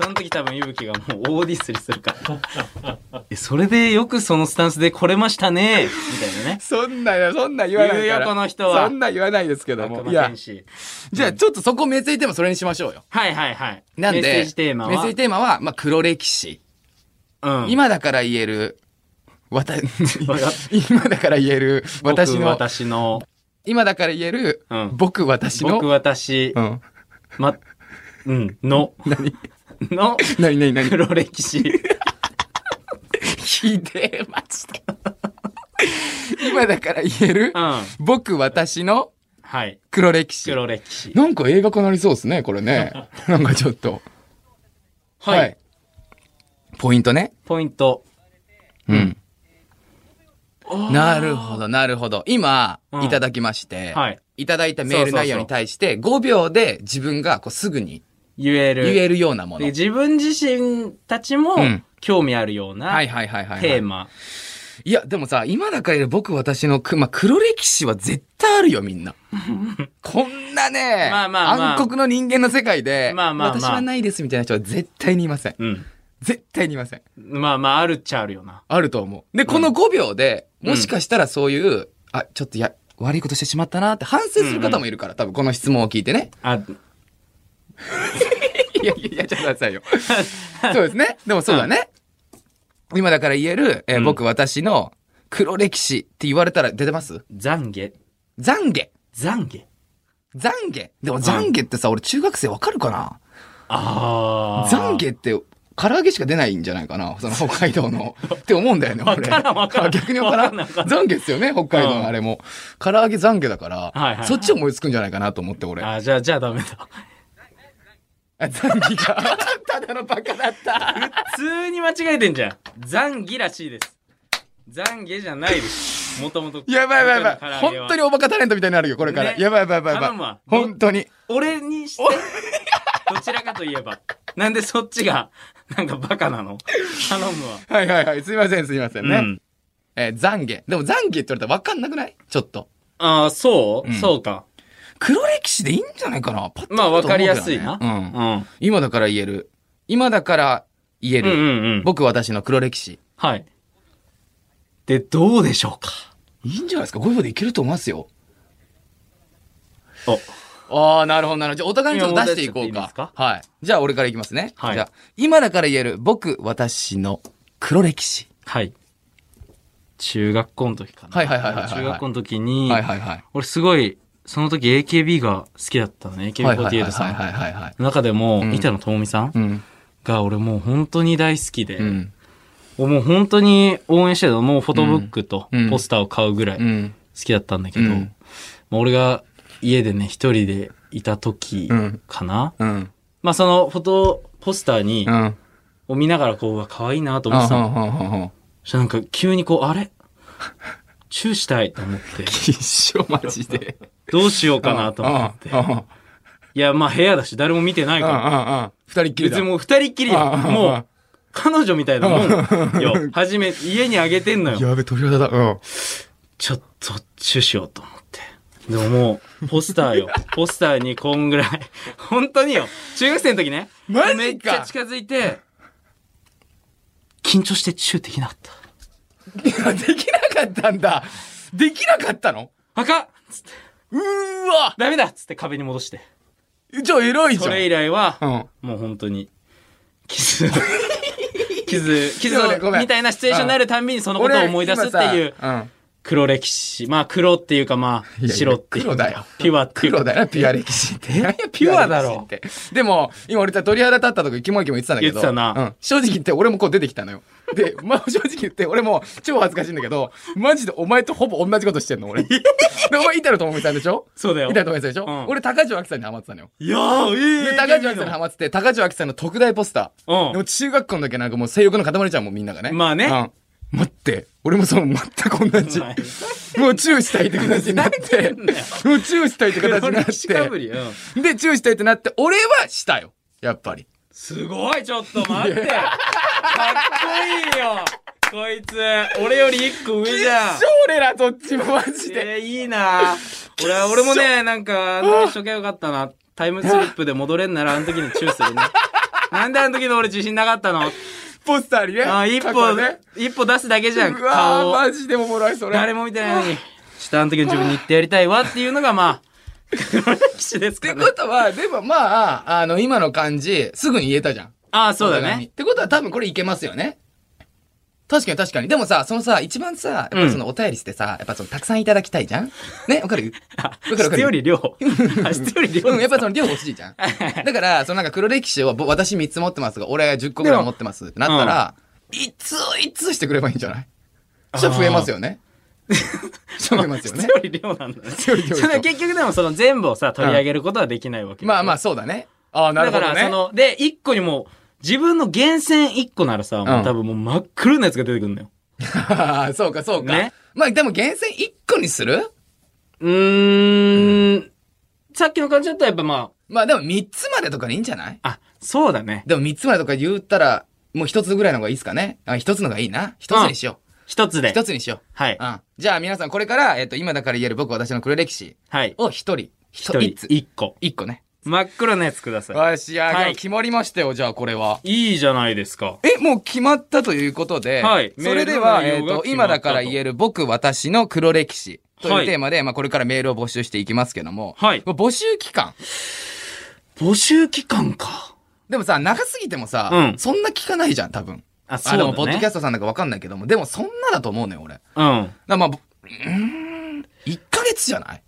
Speaker 2: その時多分、ゆぶきがもう大ディスりするから。えそれでよくそのスタンスで来れましたね。みたいなね。
Speaker 1: そんな、そんな言わないから。
Speaker 2: 言うよこの人は
Speaker 1: そんな言わないですけど
Speaker 2: 悪
Speaker 1: も。
Speaker 2: 魔
Speaker 1: いや
Speaker 2: 天、使。
Speaker 1: じゃあちょっとそこ目ついてもそれにしましょうよ。
Speaker 2: はいはいはい。
Speaker 1: なんで、
Speaker 2: メッセージテーマは。
Speaker 1: メッセージテーマはまあ、黒歴史。
Speaker 2: うん。
Speaker 1: 今だから言える、わ た、
Speaker 2: わかっ
Speaker 1: 今だから言える、私
Speaker 2: 僕
Speaker 1: の、
Speaker 2: 私の。
Speaker 1: 今だから言える、
Speaker 2: うん
Speaker 1: 僕、私の、
Speaker 2: 僕、私
Speaker 1: う、ん。
Speaker 2: ま、うん、の。
Speaker 1: 何
Speaker 2: の、
Speaker 1: 何何何
Speaker 2: 黒歴史。
Speaker 1: ひでえ、マジ で。今だから言える
Speaker 2: う、ん。
Speaker 1: 僕、私の
Speaker 2: はい。
Speaker 1: 黒歴史。
Speaker 2: 黒歴史。
Speaker 1: なんか映画化なりそうですね、これね。 なんかちょっと。
Speaker 2: はい。
Speaker 1: ポイントね。
Speaker 2: ポイント。
Speaker 1: うん。なるほど、なるほど。今、
Speaker 2: うん
Speaker 1: いただきまして、
Speaker 2: はい。
Speaker 1: いただいたメール内容に対して、5秒で自分がこうすぐに
Speaker 2: 言える。
Speaker 1: 言えるようなも
Speaker 2: で
Speaker 1: の。
Speaker 2: 自分自身たちも
Speaker 1: うん
Speaker 2: 興味あるような
Speaker 1: はいはいはいはい、はい。
Speaker 2: テーマ。
Speaker 1: いや、でもさ、今だから言える僕私のく、まあ、黒歴史は絶対あるよ、みん な。こんなね、
Speaker 2: まあまあまあ
Speaker 1: 暗黒の人間の世界で、
Speaker 2: まあまあまあ
Speaker 1: 私はないですみたいな人は絶対にいません。
Speaker 2: うん。
Speaker 1: 絶対にいません。
Speaker 2: まあまあ、あるっちゃあるよな。
Speaker 1: あると思う。で、この5秒で、
Speaker 2: うん
Speaker 1: もしかしたらそういう、あ、ちょっとや、悪いことしてしまったなって反省する方もいるから、多分この質問を聞いてね。
Speaker 2: あ、
Speaker 1: いやいや、いやっちゃってくださいよ。そうですね。でもそうだね。今だから言える、えー
Speaker 2: うん
Speaker 1: 僕私の黒歴史って言われたら出てます
Speaker 2: 懺悔。
Speaker 1: 懺悔。
Speaker 2: 懺悔。
Speaker 1: 懺悔でも懺悔ってさ、俺中学生わかるかな
Speaker 2: ああ。
Speaker 1: 懺悔って、唐揚げしか出ないんじゃないかなその北海道の。って思うんだよね、俺。
Speaker 2: わからんわからん
Speaker 1: あ逆にわからん。
Speaker 2: わ
Speaker 1: 懺悔ですよね、北海道
Speaker 2: うん
Speaker 1: のあれも。唐揚げ懺悔だから、
Speaker 2: はいはい
Speaker 1: そっち思いつくんじゃないかなと思って、俺。あ
Speaker 2: あ、じゃあ、じゃあダメだ。
Speaker 1: 懺悔が。 ただのバカだった。
Speaker 2: 普通に間違えてんじゃん。懺悔らしいです。懺悔じゃないです。もともと。
Speaker 1: やばいやばいやばい。本当に
Speaker 2: に。
Speaker 1: おバカタレントみたいになるよ、これから。
Speaker 2: ね
Speaker 1: やばいやばいやばいや
Speaker 2: 頼む
Speaker 1: ばい
Speaker 2: わ。
Speaker 1: 本当に。
Speaker 2: 俺にして、どちらかといえば。なんでそっちが、なんかバカなの頼むわ。
Speaker 1: はいはいはい。すいません、すいませんね。
Speaker 2: うん。
Speaker 1: えー懺悔。でも懺悔って言われたらわかんなくないちょっと。
Speaker 2: ああ、そう、
Speaker 1: うん
Speaker 2: そうか。
Speaker 1: 黒歴史でいいんじゃないかなパッと
Speaker 2: まあ、わかりやすい
Speaker 1: 思う
Speaker 2: な。
Speaker 1: けどねうん。
Speaker 2: うん。
Speaker 1: 今だから言える。今だから言え
Speaker 2: う
Speaker 1: る。
Speaker 2: んうんうん。
Speaker 1: 僕私の黒歴史。
Speaker 2: はい。で、どうでしょうか
Speaker 1: いいんじゃないですか ?5 秒でいけると思いますよ。
Speaker 2: お、
Speaker 1: ああ、なるほど、なるほど。じゃあお互いにちょっと出していこう
Speaker 2: いやもう出しちゃってい
Speaker 1: か。
Speaker 2: いですか
Speaker 1: はい。じゃあ俺からいきますね。
Speaker 2: はい
Speaker 1: じゃあ、今だから言える僕私の黒歴史。
Speaker 2: はい。中学校の時かな。
Speaker 1: はいはいはいはいはいはい
Speaker 2: 中学校の時に、
Speaker 1: はいはいはい。
Speaker 2: 俺すごい、その時 AKB が好きだったのね。
Speaker 1: はいはいはい
Speaker 2: AKB48 さん。
Speaker 1: はいはいはい。
Speaker 2: 中でも、
Speaker 1: うん
Speaker 2: 板野友美さん
Speaker 1: うん。
Speaker 2: が俺もう本当に大好きで、
Speaker 1: うん。
Speaker 2: もう本当に応援してたの。もうフォトブックと
Speaker 1: うん
Speaker 2: ポスターを買うぐらい
Speaker 1: うん。う
Speaker 2: 好
Speaker 1: ん。
Speaker 2: きだったんだけど、
Speaker 1: うん
Speaker 2: まあ俺が家でね、一人でいた時
Speaker 1: うん
Speaker 2: かな。
Speaker 1: うん。
Speaker 2: まあそのフォトポスターに、
Speaker 1: うん。
Speaker 2: を見ながらこう、うわ可愛いなと思ってたの。
Speaker 1: あ
Speaker 2: そしたらなんか急にこう、あれチューしたいと 思って、
Speaker 1: 一生マジで。
Speaker 2: どうしようかなと思って。
Speaker 1: うんうんうん
Speaker 2: いや、まあ部屋だし誰も見てない
Speaker 1: うん
Speaker 2: から。
Speaker 1: うんうん。二人っきり
Speaker 2: 別
Speaker 1: だ。
Speaker 2: にもう二人っきり
Speaker 1: あ
Speaker 2: よ。
Speaker 1: あああ
Speaker 2: もう、彼女みたいなもんよ。初め、家にあげてんのよ。
Speaker 1: やべ、鳥肌だ。うん。
Speaker 2: ちょっと、チューしようと思って。でももう、ポス ターよ。ポスターにこんぐらい。本当によ。中学生の時ね。
Speaker 1: マジか
Speaker 2: めっちゃ近づいて、緊張してチューできなかった。
Speaker 1: いやできなかったんだ。できなかったの
Speaker 2: 赤っつって、
Speaker 1: うーわ
Speaker 2: ダメだっつって壁に戻して。
Speaker 1: じゃあ偉いじ
Speaker 2: そ
Speaker 1: ゃん。
Speaker 2: れ以来は、
Speaker 1: うん。
Speaker 2: もう本当に、キス、キス、キス
Speaker 1: そうねごめん
Speaker 2: みたいなシチュエーションになるたんびにそのことを思い出すっていう
Speaker 1: 俺今さうん。
Speaker 2: 黒歴史。まあ黒っていうかま
Speaker 1: い
Speaker 2: あ
Speaker 1: や
Speaker 2: 白っていうか。
Speaker 1: 黒だよ
Speaker 2: ピュアっていうか。
Speaker 1: 黒だよな、ピュア歴史って。いや
Speaker 2: ピュアだろ
Speaker 1: ピュア歴史って。でも、今俺さ、鳥肌立ったとか、キモイキモ言ってたんだけど。
Speaker 2: 言ってたな
Speaker 1: うん。正直言って、俺もこう出てきた のよ。で、まあ正直言って、俺も超恥ずかしいんだけど、マジでお前とほぼ同じことしてんの、 俺。で、お前、板野友美さんでしょ
Speaker 2: そうだよ。
Speaker 1: 板野友美さんでしょ、
Speaker 2: うん
Speaker 1: 俺、高城明さんにハマってたのよ。
Speaker 2: いやー、え
Speaker 1: で、
Speaker 2: え
Speaker 1: 高城明さんにハマってて、高城明さんの特大ポスター。
Speaker 2: うん
Speaker 1: でも中学校の時はなんかもう性欲の塊じゃん、もうみんながね。
Speaker 2: まあね
Speaker 1: うん。待って、俺もそう、全く同じ。もうチューしたいって形になって、もうチューしたいって形
Speaker 2: 黒
Speaker 1: になっ
Speaker 2: 歴史かぶ
Speaker 1: て、
Speaker 2: り。うん。
Speaker 1: で、チューしたいってなって、俺はしたよ。やっぱり。
Speaker 2: すごい、ちょっと待って。かっこいいよ。こいつ、俺より一個上じゃん
Speaker 1: 一生。俺らどっちもマジで。
Speaker 2: えー、いいな俺は、俺もね、なんか、あのしときゃよかったな。タイムスリップで戻れんなら、あの時にチュー するね。なんであの時の俺自信なかったの
Speaker 1: ポスターにね。
Speaker 2: あー一
Speaker 1: 過去
Speaker 2: 歩、
Speaker 1: ね。
Speaker 2: 一歩出すだけじゃん、
Speaker 1: うわ
Speaker 2: 顔
Speaker 1: ー
Speaker 2: を。
Speaker 1: マジでおもろい、それ。
Speaker 2: 誰
Speaker 1: っ
Speaker 2: も見てないのに。ちょっとあの時の自分に言ってやりたいわっていうの が、まあ、 黒歴史ですか
Speaker 1: て
Speaker 2: ね
Speaker 1: こ。とは、でもまあ、あの、今の感じ、すぐに言えたじゃん。
Speaker 2: ああ、そうだ
Speaker 1: お互いにっ
Speaker 2: ね。
Speaker 1: てことは多分これいけますよね。確かに確かに。でもさ、そのさ、一番さ、やっぱそのお便りしてさ、やっぱそのたくさんいただきたいじゃんねわか るわかるわか
Speaker 2: 質
Speaker 1: る
Speaker 2: より量。あ質より量。
Speaker 1: うん、やっぱその量欲しいじゃん。 だから、そのなんか黒歴史をぼ私3つ持ってますが、俺10個ぐらい持ってますってなったら、いついつしてくればいいんじゃないそしたら増えますよ ね。そしたら増えますよ
Speaker 2: 質
Speaker 1: ね
Speaker 2: よ。り量なんだね。
Speaker 1: 質より量
Speaker 2: それは結局でも、その全部をさ、取り上げることはできないわけでしょ
Speaker 1: まあまあそうだね。ああ、なるほど
Speaker 2: だから、そ
Speaker 1: ね。
Speaker 2: の、で、一個にもう、自分の厳選一個ならさ、もう多分もう真っ黒なやつが出てくるのよ。
Speaker 1: そうかそうか。
Speaker 2: ね
Speaker 1: まあでも厳選1個にする
Speaker 2: うーん。さっきの感じだったらやっぱま
Speaker 1: まあでも3つまでとかでいいんじゃない
Speaker 2: あ、あ、そうだね。
Speaker 1: でも3つまでとか言ったら、もう一つぐらいの方がいいですかね。あ一つのがいいな。一つにしよ
Speaker 2: 一つ
Speaker 1: う。
Speaker 2: で。
Speaker 1: 一つにしよ。
Speaker 2: はい
Speaker 1: う。
Speaker 2: う
Speaker 1: ん。じゃあ皆さんこれから、えっと、今だから言える僕私の黒歴史
Speaker 2: はい。
Speaker 1: を一人、
Speaker 2: 一
Speaker 1: 一
Speaker 2: 人
Speaker 1: 人、一つ
Speaker 2: 一個。
Speaker 1: 一個ね。
Speaker 2: 真っ黒なやつくださ
Speaker 1: よし、いや、
Speaker 2: はい
Speaker 1: でも決まりましたよ、じゃあこれは。
Speaker 2: い。いいじゃないですか。
Speaker 1: え、もう決まったということで、
Speaker 2: はい
Speaker 1: それでは、
Speaker 2: メー
Speaker 1: え
Speaker 2: ル
Speaker 1: っ、
Speaker 2: の内容が
Speaker 1: と、
Speaker 2: 決ま
Speaker 1: 今
Speaker 2: ったと
Speaker 1: だから言える僕、私の黒歴史と
Speaker 2: はいいう
Speaker 1: テーマで、まあこれからメールを募集していきますけども、
Speaker 2: はい
Speaker 1: もう募集期間。
Speaker 2: 募集期間か。
Speaker 1: でもさ、長すぎてもさ、
Speaker 2: うん
Speaker 1: そんな聞かないじゃん、多分。
Speaker 2: あ、
Speaker 1: あ
Speaker 2: そう
Speaker 1: で
Speaker 2: だ
Speaker 1: も
Speaker 2: ね。
Speaker 1: ポッドキャストさんだかわかんないけども、でもそんなだと思うね、俺。だか
Speaker 2: うん。あ
Speaker 1: らまあ、ぼうーん、1ヶ月じゃない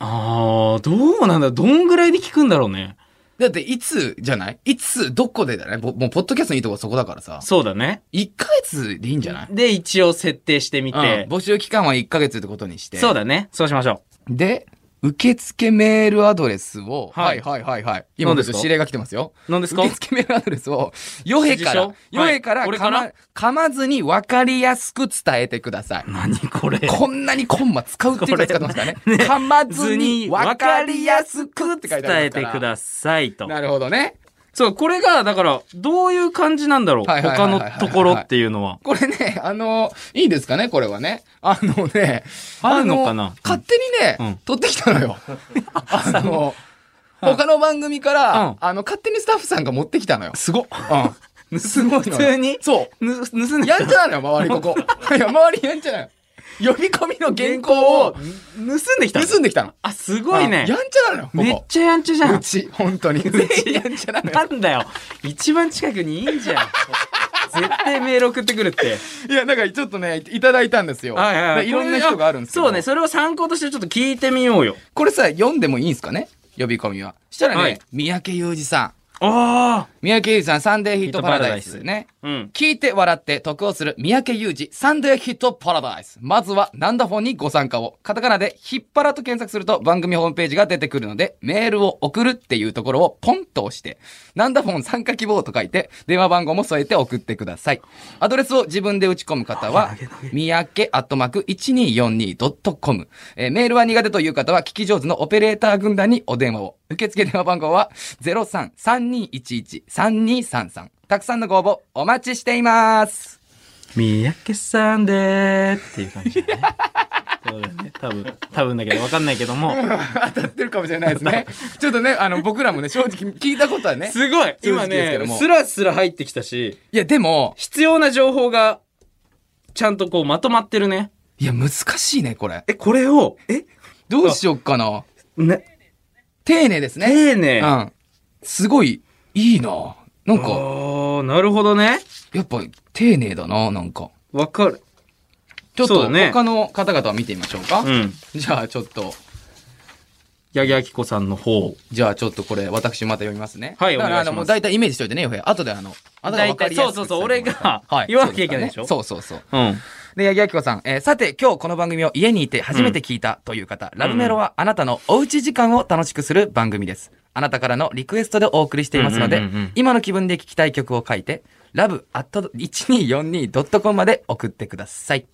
Speaker 2: あー、どうなんだ。どんぐらいで聞くんだろうね。
Speaker 1: だって、いつじゃないいつ、どこでだね。ぼもう、ポッドキャストのいいとこそこだからさ。
Speaker 2: そうだね。
Speaker 1: 1ヶ月でいいんじゃない
Speaker 2: で、一応設定してみて
Speaker 1: うん。募集期間は1ヶ月ってことにして。
Speaker 2: そうだね。そうしましょ
Speaker 1: で、受付メールアドレスを、
Speaker 2: は
Speaker 1: はいいはいはいはい。今
Speaker 2: 何
Speaker 1: で
Speaker 2: です
Speaker 1: す
Speaker 2: か
Speaker 1: 指令が来てますよ。
Speaker 2: う。何ですか
Speaker 1: 受付メールアドレスを、ヨヘか
Speaker 2: 指
Speaker 1: ら、
Speaker 2: 示書
Speaker 1: ヨ
Speaker 2: はい
Speaker 1: ヘから
Speaker 2: 俺
Speaker 1: か
Speaker 2: から
Speaker 1: ま、かまずに分かりやすく伝えてください。
Speaker 2: 何これ。
Speaker 1: こんなにコンマ使うっていうか使ってますから
Speaker 2: これ
Speaker 1: ね。
Speaker 2: ね
Speaker 1: かまずに分かりやすくって書
Speaker 2: 伝
Speaker 1: いてありま
Speaker 2: え
Speaker 1: すか
Speaker 2: て
Speaker 1: ら。
Speaker 2: くださいと。
Speaker 1: なるほどね。
Speaker 2: そう、これが、だから、どういう感じなんだろう。
Speaker 1: はいはい
Speaker 2: 他
Speaker 1: はいは
Speaker 2: の
Speaker 1: いはい
Speaker 2: ところっていうのは。
Speaker 1: これね、 あの、いいですかねこれはね。あのね、
Speaker 2: あるの
Speaker 1: あ
Speaker 2: かな
Speaker 1: 勝手にね、
Speaker 2: うん
Speaker 1: 取ってきたの よ。あの、 他の番組から、
Speaker 2: うん
Speaker 1: あの、勝手にスタッフさんが持ってきたのよ。
Speaker 2: すごっ。
Speaker 1: う
Speaker 2: すごい。普通に
Speaker 1: ん。そう。
Speaker 2: ぬ盗んだ
Speaker 1: やんちゃなのよ、周りここ。 いや、周りやんちゃなのよ。呼び込みの原稿を
Speaker 2: 盗んできたの
Speaker 1: 盗んできたの。す
Speaker 2: あ、すごいね
Speaker 1: や。んちゃなのよ、ここ。
Speaker 2: めっちゃやんちゃじゃ。
Speaker 1: うんち、本当に。うちやんちゃなの
Speaker 2: な
Speaker 1: よ。
Speaker 2: んだよ。一番近くにいいんじゃん。絶対メール送ってくるって。
Speaker 1: いや、なんかちょっとね、いただいたんですよ。
Speaker 2: はいはいはい。
Speaker 1: でいろんな人があるんですけど
Speaker 2: そうね、それを参考としてちょっと聞いてみようよ。
Speaker 1: これさ、読んでもいいんですかね呼び込みは。したらね、
Speaker 2: はい
Speaker 1: 三宅裕二さん。
Speaker 2: あ
Speaker 1: 三宅裕二さん、サンデーヒットパラダイ
Speaker 2: ヒッ
Speaker 1: ス
Speaker 2: トパラ
Speaker 1: ね。
Speaker 2: あ。うん。
Speaker 1: 聞いて笑って得をする三宅裕二サンデーヒットパラダイス。まずはなんだフォンにご参加を。カタカナでヒッパラと検索すると番組ホームページが出てくるので、メールを送るっていうところをポンと押して、なんだフォン参加希望と書いて、電話番号も添えて送ってください。アドレスを自分で打ち込む方は、三宅アットマーク 1242.com。えーメールは苦手という方は聞き上手のオペレーター軍団にお電話を。受付電話番号は0332113233。たくさんのご応募お待ちしています。
Speaker 2: 三宅さんでーっていう感じだね。そうだ ね。多分、多分だけど分かんないけども。
Speaker 1: 当たってるかもしれないですね。 ちょっとね、あの、僕らもね、正直聞いたことはね。
Speaker 2: すごい
Speaker 1: 正
Speaker 2: 今
Speaker 1: 直ですけど、
Speaker 2: ね
Speaker 1: も
Speaker 2: スラスラ入ってきたし、
Speaker 1: いや、でも、
Speaker 2: 必要な情報が、ちゃんとこうまとまってるね。
Speaker 1: いや、難しいね、これ。
Speaker 2: え、これを、え、
Speaker 1: どうしよっかな。
Speaker 2: ね、
Speaker 1: 丁寧ですね。
Speaker 2: 丁寧。
Speaker 1: う
Speaker 2: あ
Speaker 1: ん。すごい、いいな。なんか、
Speaker 2: ー、なるほどね。
Speaker 1: やっぱ、丁寧だな、なんか。
Speaker 2: わかる。
Speaker 1: ちょっ
Speaker 2: そう
Speaker 1: と、
Speaker 2: だね
Speaker 1: 他の方々を見てみましょうか。
Speaker 2: うん。
Speaker 1: じゃあ、ちょっと。
Speaker 2: 八木亜希子さんの方。
Speaker 1: じゃあちょっとこれ私また読みますね。
Speaker 2: はい
Speaker 1: だから
Speaker 2: お願いします
Speaker 1: あのもう大体イメージしといてね、よへ。後であの、後で分かりやすく
Speaker 2: そうそうそう俺が
Speaker 1: はい
Speaker 2: 言わなきゃいけないでしょ
Speaker 1: そうすからねそうそうそう。
Speaker 2: うん。
Speaker 1: で、八木亜希子さん、えーさて、今日この番組を家にいて初めて聞いたという方、ラブメロはあなたのおうち時間を楽しくする番組です。あなたからのリクエストでお送りしていますので、
Speaker 2: うんうんうんうん
Speaker 1: 今の気分で聞きたい曲を書いて、ラブアット 1242.com まで送ってください。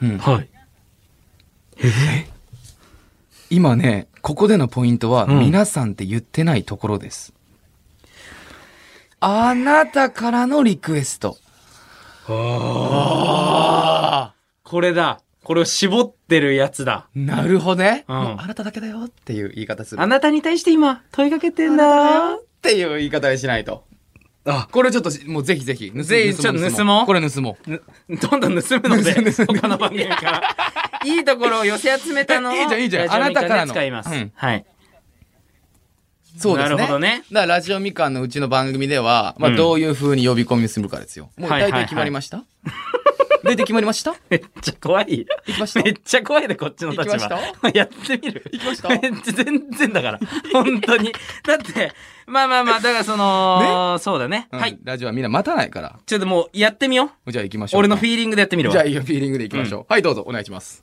Speaker 2: はい。
Speaker 1: 今ね、ここでのポイントは、
Speaker 2: ん
Speaker 1: 皆さんって言ってないところです。あなたからのリクエスト。
Speaker 2: これだ。これを絞ってるやつだ。
Speaker 1: なるほどね。
Speaker 2: うん
Speaker 1: もうあなただけだよっていう言い方する。
Speaker 2: あなたに対して今、問いかけてんだ
Speaker 1: っ。ていう言い方にしないと。
Speaker 2: あ、
Speaker 1: これちょっと、もうぜひぜひ。盗
Speaker 2: ぜひちょっと盗もう
Speaker 1: これ盗もう。
Speaker 2: ぬ どんどん 盗むので、
Speaker 1: 盗む盗む
Speaker 2: 他の番組から。 いいところを寄せ集めた のを、
Speaker 1: えいいじゃんいいじゃん
Speaker 2: ラジオミ
Speaker 1: あ
Speaker 2: カンで
Speaker 1: なたからの
Speaker 2: 使います。
Speaker 1: うん
Speaker 2: はい。
Speaker 1: そうですね。
Speaker 2: なるほどね
Speaker 1: だからラジオみかんのうちの番組では、ま
Speaker 2: うん
Speaker 1: あどういう風に呼び込みするかですよ。もう
Speaker 2: はいはい
Speaker 1: 大
Speaker 2: はい
Speaker 1: 体決まりました、大体決まりました
Speaker 2: めっちゃ怖い。
Speaker 1: 行きました
Speaker 2: めっちゃ怖いね、こっちの立場。
Speaker 1: 行きま
Speaker 2: やってみる。
Speaker 1: 行きました
Speaker 2: めっちゃ全然だから。本当に。だって、まあまあまあ、だからその、そうだね。
Speaker 1: うん
Speaker 2: はい。
Speaker 1: ラジオはみんな待たないから。
Speaker 2: ちょっともう、やってみよう。
Speaker 1: じゃあ行きましょう。
Speaker 2: 俺のフィーリングでやってみるわ。
Speaker 1: じゃあいいよ、フィーリングでいきましょう。はい、どうぞ、お願いします。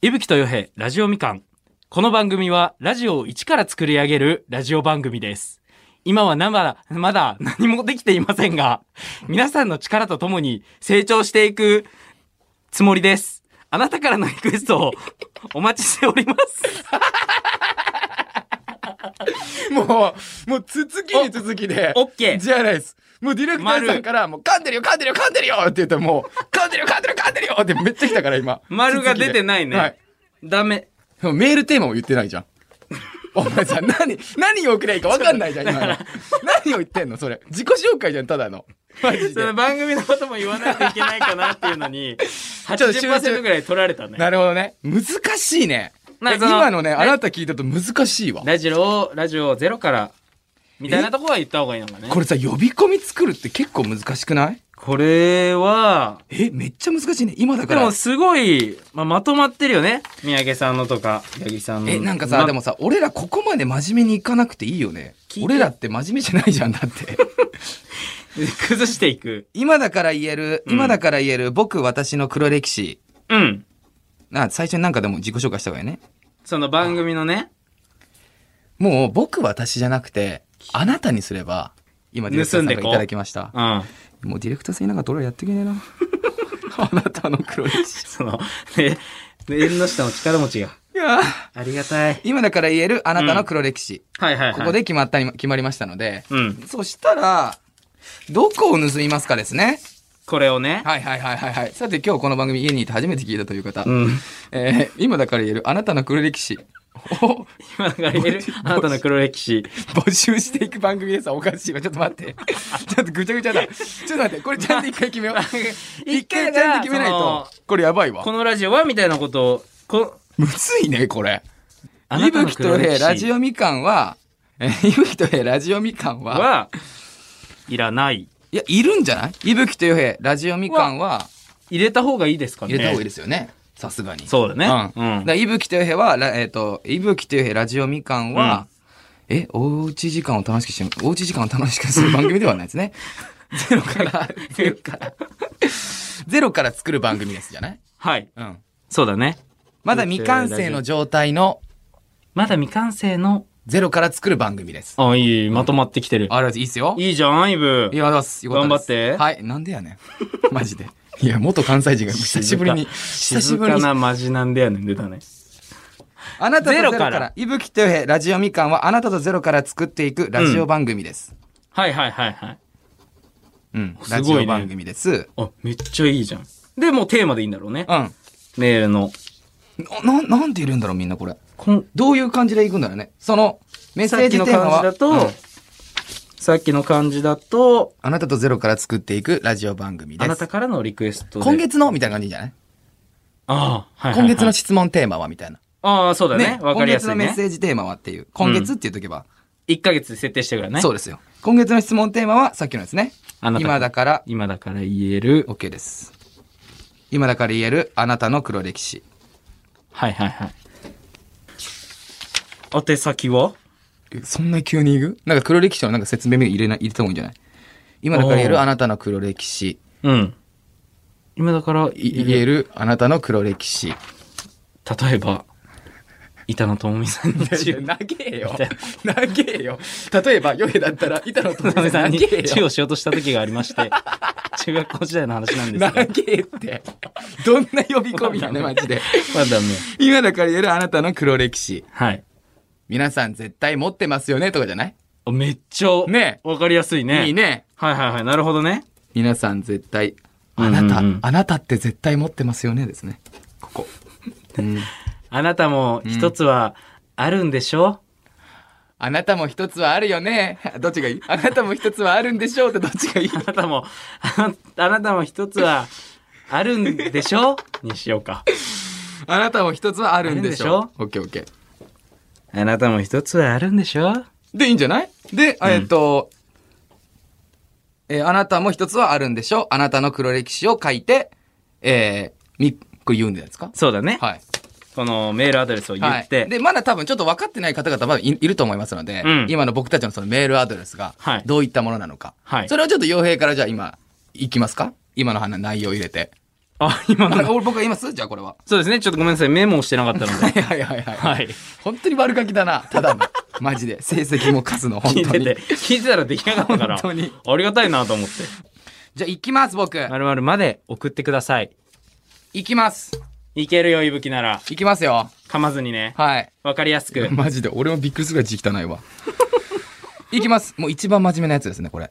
Speaker 2: いぶきとよへ、ラジオみかん。この番組は、ラジオを一から作り上げるラジオ番組です。今はなまだ、まだ何もできていませんが、皆さんの力とともに成長していくつもりです。あなたからのリクエストをお待ちしております。
Speaker 1: もう、もう続きに続きで。
Speaker 2: オッケー
Speaker 1: じゃないです。もうディレクターさんから、もう噛んでるよ、噛んでるよ、噛んでるよって言ってもう、噛んでるよ、噛んでるよ、噛んでるよってめっちゃ来たから今。
Speaker 2: 丸が出てないね。
Speaker 1: はい
Speaker 2: ダメ。
Speaker 1: でも メールテーマも言ってないじゃん。 お前さ、何、何を送りゃいいか分かんないじゃん、今の。何を言ってんの、それ。自己紹介じゃん、ただ の。マジ
Speaker 2: そ
Speaker 1: で
Speaker 2: の。番組のことも言わないといけないかなっていうのに、
Speaker 1: と集中
Speaker 2: 80%ぐらい取られたね。
Speaker 1: なるほどね。難しいね。い
Speaker 2: な
Speaker 1: や
Speaker 2: その
Speaker 1: 今のね、
Speaker 2: ね
Speaker 1: あなた聞いたと難しいわ。
Speaker 2: ラジオを、ラジオをゼロから、みたいなとこは言った方がいいのかね。
Speaker 1: これさ、呼び込み作るって結構難しくない
Speaker 2: これは、
Speaker 1: え、めっちゃ難しいね。今だ
Speaker 2: で
Speaker 1: から
Speaker 2: も。すごい、まあ、まとまってるよね。三宅さんのとか、八木さんの。
Speaker 1: え、なんかさ、
Speaker 2: ま
Speaker 1: でもさ、俺らここまで真面目にいかなくていいよね
Speaker 2: 聞い。て
Speaker 1: 俺らって真面目じゃないじゃん、だ って。
Speaker 2: 崩していく。
Speaker 1: 今だから言える、
Speaker 2: うん
Speaker 1: 今だから言える、僕、私の黒歴史。
Speaker 2: うん。
Speaker 1: な、最初になんかでも自己紹介した方がいいね。
Speaker 2: その番組のね、
Speaker 1: もう僕私じゃなくて、あなたにすれば、今ディレクターさんからいただきました。
Speaker 2: うん。
Speaker 1: もうディレクターさんいなかったら俺らやっていけね えな。あなたの黒歴史。
Speaker 2: その、ね、縁の下の力持ちが。
Speaker 1: いやー
Speaker 2: ありがたい。
Speaker 1: 今だから言えるあなたの黒歴史。
Speaker 2: はいはいはい。
Speaker 1: ここで、決まったに、決まりましたので。
Speaker 2: うん。
Speaker 1: そしたら、どこを盗みますかですね。
Speaker 2: これをね。
Speaker 1: はいはいはいはいはい。さて今日この番組家にいて初めて聞いたという方。
Speaker 2: うん。
Speaker 1: えー今だから言えるあなたの黒歴史。を
Speaker 2: 今から言え る、あなたの黒歴史。
Speaker 1: 募集していく番組です。おかしいわ。ちょっと待って。ちょっとぐちゃぐちゃだ。ちょっと待って。これちゃんと一回決めよう。 一回ちゃんと決めない
Speaker 2: その
Speaker 1: と。これやばいわ
Speaker 2: こ。のラジオはみたいなことを、こ、
Speaker 1: むずいね、これ。
Speaker 2: あ
Speaker 1: い
Speaker 2: なた
Speaker 1: ぶ
Speaker 2: の
Speaker 1: きと
Speaker 2: 黒歴
Speaker 1: へ
Speaker 2: 史
Speaker 1: ラジオみかんは、えいぶきとへラジオみかんは、
Speaker 2: は、いらない。
Speaker 1: いや、いるんじゃないいぶきとへラジオみかんは、
Speaker 2: 入れた方がいいですかね。
Speaker 1: 入れた方がいいですよね。さすがに。
Speaker 2: そうだね。
Speaker 1: うん。だからいぶきとへは、らえっ、と、いぶきとへラジオみかんは、え、おうち時間を楽しくして、おうち時間を楽しくする番組ではないですね。ゼロ から、ゼロから、ゼロから作る番組ですじゃない
Speaker 2: はい。
Speaker 1: うん。
Speaker 2: そうだね。
Speaker 1: まだ未完成の状態の
Speaker 2: まだ未完成の、
Speaker 1: ゼロから作る番組です。
Speaker 2: あ、いい、まとまってきてる。
Speaker 1: あら、いいっすよ。
Speaker 2: いいじゃん、イブ。
Speaker 1: いや、だす。よかったです
Speaker 2: 頑張って
Speaker 1: はい。なんでやねん。 マジで。いや、元関西人が久しぶりに。久し
Speaker 2: 静
Speaker 1: ぶり
Speaker 2: か
Speaker 1: に。
Speaker 2: なマジなんでやねん、出たね。
Speaker 1: あなたとゼロか
Speaker 2: ゼロから
Speaker 1: ら。いぶきとよへ、ラジオみかんはあなたとゼロから作っていくラジオ番組です。
Speaker 2: はいはいはいはい。
Speaker 1: うん。
Speaker 2: すごいね
Speaker 1: ラジオ番組です。
Speaker 2: あ、めっちゃいいじゃん。で、もうテーマでいいんだろうね。
Speaker 1: うん。
Speaker 2: メールの。
Speaker 1: な、ななんているんだろう、みんなこれ。
Speaker 2: こん
Speaker 1: どういう感じでいくんだろうね。その、メッセ
Speaker 2: さっ
Speaker 1: ー
Speaker 2: き
Speaker 1: ジテ
Speaker 2: の
Speaker 1: ーマ
Speaker 2: 感じ
Speaker 1: は、
Speaker 2: だと、
Speaker 1: うん
Speaker 2: さっきの感じだと、
Speaker 1: あなたとゼロから作っていくラジオ番組で
Speaker 2: あな
Speaker 1: す
Speaker 2: た。からのリクエストで。
Speaker 1: 今月のみたいな感じじゃない
Speaker 2: ああ、はいはいはい
Speaker 1: 今月の質問テーマはみたいな。
Speaker 2: ああ、そうだね。わか
Speaker 1: 今
Speaker 2: りや
Speaker 1: 月
Speaker 2: す
Speaker 1: の
Speaker 2: い
Speaker 1: メッ
Speaker 2: ね。
Speaker 1: セージテーマはっていう。今月って言っとけば。
Speaker 2: 1ヶ月で設定してくからね。
Speaker 1: そうですよ。今月の質問テーマはさっきのですね。
Speaker 2: あなたから
Speaker 1: 今だから
Speaker 2: 今だから言える。
Speaker 1: OK です。今だから言えるあなたの黒歴史。
Speaker 2: はいはいはい。宛先は
Speaker 1: そんな急に言うなんか黒歴史のなんか説明入れない入れた方がいいんじゃない今だから言え
Speaker 2: お
Speaker 1: る
Speaker 2: ー
Speaker 1: あなたの黒歴史。
Speaker 2: うん。今だから
Speaker 1: い
Speaker 2: 言
Speaker 1: 言えるあなたの黒歴史。
Speaker 2: 例えば、板野友美さんにチ ュー
Speaker 1: げえよ。投げえよ。例えば、ヨヘだったら、板野
Speaker 2: 友美さんにチ
Speaker 1: 投げ
Speaker 2: ューをしようとした時がありま して、中学校時代の話なんですが、
Speaker 1: 投げえって。どんな呼び込みやね、マジで。
Speaker 2: まだね、
Speaker 1: 今だから言えるあなたの黒歴史。
Speaker 2: はい。
Speaker 1: 皆さん絶対持ってますよね、とかじゃない
Speaker 2: あめっちゃ、
Speaker 1: ね
Speaker 2: わかりやすいね。
Speaker 1: いい。ね。
Speaker 2: はいはいはい、なるほどね。
Speaker 1: 皆さん絶対、
Speaker 2: うん
Speaker 1: あ
Speaker 2: うんう
Speaker 1: なんた、あなたって絶対持ってますよねですね。ここ。うん
Speaker 2: あなたも一つはあるんでしょ、
Speaker 1: あなたも一つはあるよね。どっちがいいあなたも一つはあるんでしょうってどっちがいい
Speaker 2: あなたも、あなあなたも一つはあるんでしょにしようか。
Speaker 1: あなたも一つはあるんでしょう。オッケーオッケー。
Speaker 2: あなたも一つはあるんでしょ
Speaker 1: で、いいんじゃないで、えっと、えーあなたも一つはあるんでしょう。あなたの黒歴史を書いて、えー、み、これ言うんじゃないですか
Speaker 2: そうだね。
Speaker 1: はい。
Speaker 2: このメールアドレスを言
Speaker 1: は
Speaker 2: っ
Speaker 1: い。
Speaker 2: て。
Speaker 1: で、まだ多分ちょっと分かってない方々もいいると思いますので、
Speaker 2: うん
Speaker 1: 今の僕たちのそのメールアドレスが
Speaker 2: はい、
Speaker 1: どういったものなのか。
Speaker 2: はい
Speaker 1: それをちょっと傭兵からじゃあ今、いきますか今の話内容入れて。
Speaker 2: あ、今
Speaker 1: あ
Speaker 2: の。
Speaker 1: 俺僕が言いますじゃあこれは。
Speaker 2: そうですね。ちょっとごめんなさい。メモをしてなかった ので。
Speaker 1: はいはいはいはい。
Speaker 2: はい。
Speaker 1: 本当に悪ガキだな、ただの。マジで。成績も数の、本
Speaker 2: 聞い
Speaker 1: 当
Speaker 2: て
Speaker 1: に。
Speaker 2: て。聞いてたらできなかったから。
Speaker 1: 本当に
Speaker 2: ありがたいなと思って。
Speaker 1: じゃあ行きます、僕。
Speaker 2: まるまるまで送ってください。
Speaker 1: 行きます。
Speaker 2: いけるよ、いぶきなら。
Speaker 1: いきますよ。
Speaker 2: 噛まずにね。
Speaker 1: はい。
Speaker 2: わかりやすく。
Speaker 1: マジで、俺もびっくりするぐらい字汚いわ。いきます。もう一番真面目なやつですね、これ。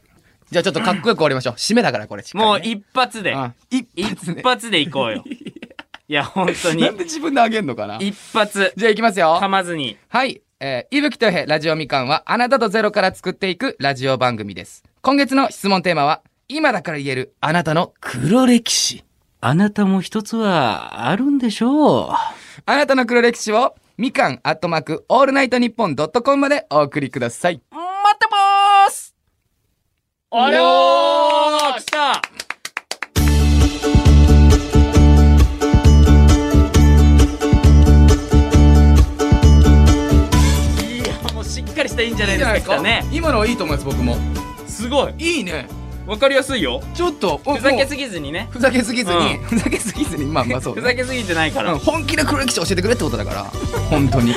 Speaker 1: じゃあちょっとかっこよく終わりましょう。締めだから、これ。しっかりね
Speaker 2: もう一発で。
Speaker 1: あ
Speaker 2: 一発でいこうよ。 いや、本当に
Speaker 1: なん。で自分であげんのかな
Speaker 2: 一発。
Speaker 1: じゃあいきますよ
Speaker 2: 噛。まずに。
Speaker 1: はい。えー、いぶきとよへラジオみかんは、あなたとゼロから作っていくラジオ番組です。今月の質問テーマは、今だから言える、あなたの黒歴史。
Speaker 2: あなたも一つはあるんでしょう。
Speaker 1: あなたの黒歴史を、みかんアットマーク、オールナイトニッポンドットコムまでお送りください。
Speaker 2: 待ってまーすあれ
Speaker 1: おー
Speaker 2: 来たいや、もうしっかりしたいいんじゃないですか。ね。
Speaker 1: 今のはいいと思います、僕も。
Speaker 2: すごい。
Speaker 1: いいね。
Speaker 2: わかりやすいよ。
Speaker 1: ちょっと、お
Speaker 2: ふざけ
Speaker 1: も
Speaker 2: すぎずにね
Speaker 1: う。ふざけすぎずに、
Speaker 2: う
Speaker 1: ふざけすぎずに、まあまあそう、
Speaker 2: ふ
Speaker 1: ね。
Speaker 2: ざけすぎてないから。
Speaker 1: うん本気で黒歴史教えてくれってことだ から、本当に。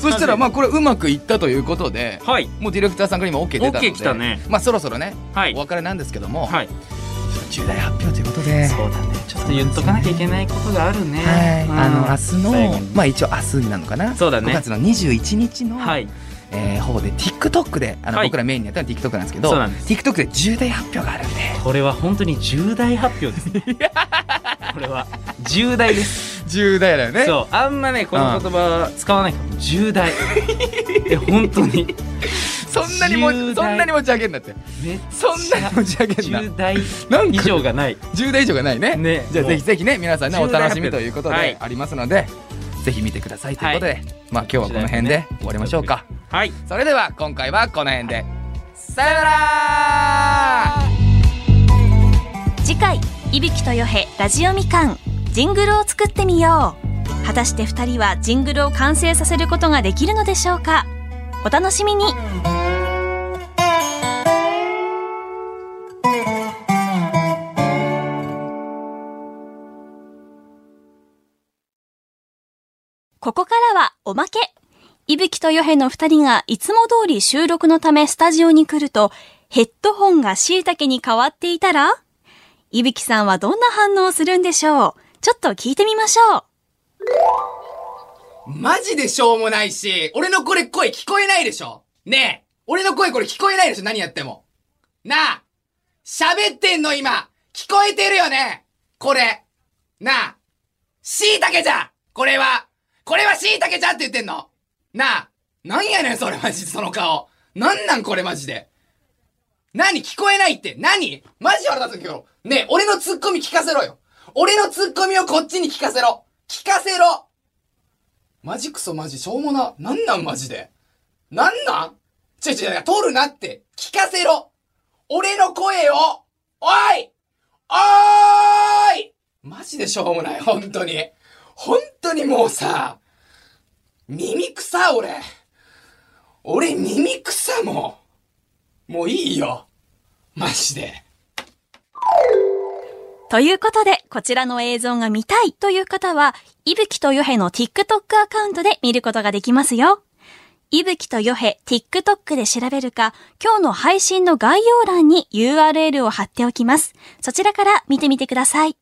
Speaker 1: そしたら、まあこれうまくいったということで、
Speaker 2: はい。
Speaker 1: もうディレクターさんから今 OK 出たので
Speaker 2: OK 来たね
Speaker 1: まあそろそろね、
Speaker 2: はい
Speaker 1: お別れなんですけども、
Speaker 2: はい。
Speaker 1: ちょっと重大発表ということで、
Speaker 2: そうだね。ちょっと言っとかなきゃいけないことがあるね。
Speaker 1: はい、
Speaker 2: うん
Speaker 1: あの明
Speaker 2: 最
Speaker 1: 日
Speaker 2: 後
Speaker 1: の
Speaker 2: に
Speaker 1: まあ一応明日なのかな
Speaker 2: そうだね
Speaker 1: 5月の21日の、
Speaker 2: はい。
Speaker 1: えー方で TikTok であの、
Speaker 2: はい
Speaker 1: 僕らメインにやったのは TikTok なんですけど
Speaker 2: そうなんで
Speaker 1: TikTok で重大発表があるんで
Speaker 2: これは本当に重大発表で すね。これは重大です。
Speaker 1: 重大だよね
Speaker 2: そう、あんまねこの言葉使わないから重 大。え本当に
Speaker 1: そんなにも
Speaker 2: 重大
Speaker 1: そんなに持ち上げんなって
Speaker 2: めっちゃ
Speaker 1: そんなに持ち上げんな
Speaker 2: 重大
Speaker 1: なん
Speaker 2: 以
Speaker 1: か
Speaker 2: 上がない。
Speaker 1: 重大以上がないね
Speaker 2: ね
Speaker 1: じゃあ
Speaker 2: もう
Speaker 1: ぜひぜひね皆さんねお
Speaker 2: 重大
Speaker 1: 楽
Speaker 2: 発
Speaker 1: し
Speaker 2: 表
Speaker 1: みということ
Speaker 2: はい
Speaker 1: でありますので、ぜひ見てくださいということで、まあ今日はこの辺で終わりましょうか、
Speaker 2: はい。
Speaker 1: それでは今回はこの辺でさよなら
Speaker 4: 次回いびきとよへラジオみかんジングルを作ってみよう果たして2人はジングルを完成させることができるのでしょうかお楽しみにここからはおまけいぶきとよへの2人がいつも通り収録のためスタジオに来るとヘッドホンが椎茸に変わっていたらいびきさんはどんな反応をするんでしょうちょっと聞いてみましょう。
Speaker 1: マジでしょうもないし、俺のこれ声聞こえないでしょねえ俺の声これ聞こえないでしょ何やっても。なあ喋ってんの今聞こえてるよねこれ。なあ椎茸じゃんこれはこれは椎茸じゃんって言ってんのなあなんやねんそれマジでその顔なんなんこれマジで何聞こえないって何マジ腹立つけど。ねえ、俺のツッコミ聞かせろよ俺のツッコミをこっちに聞かせろ聞かせろマジクソマジしょうもな。なんなんマジで。なんなんちょいちょい、取るなって。聞かせろ。俺の声を。おいおーいマジでしょうもない、本当に。本当にもうさ、耳草、俺。俺耳草もう。もういいよ。マジで。
Speaker 4: ということで、こちらの映像が見たいという方は、いぶきとよへの TikTok アカウントで見ることができますよ。いぶきとよへ TikTok で調べるか、今日の配信の概要欄に URL を貼っておきます。そちらから見てみてください。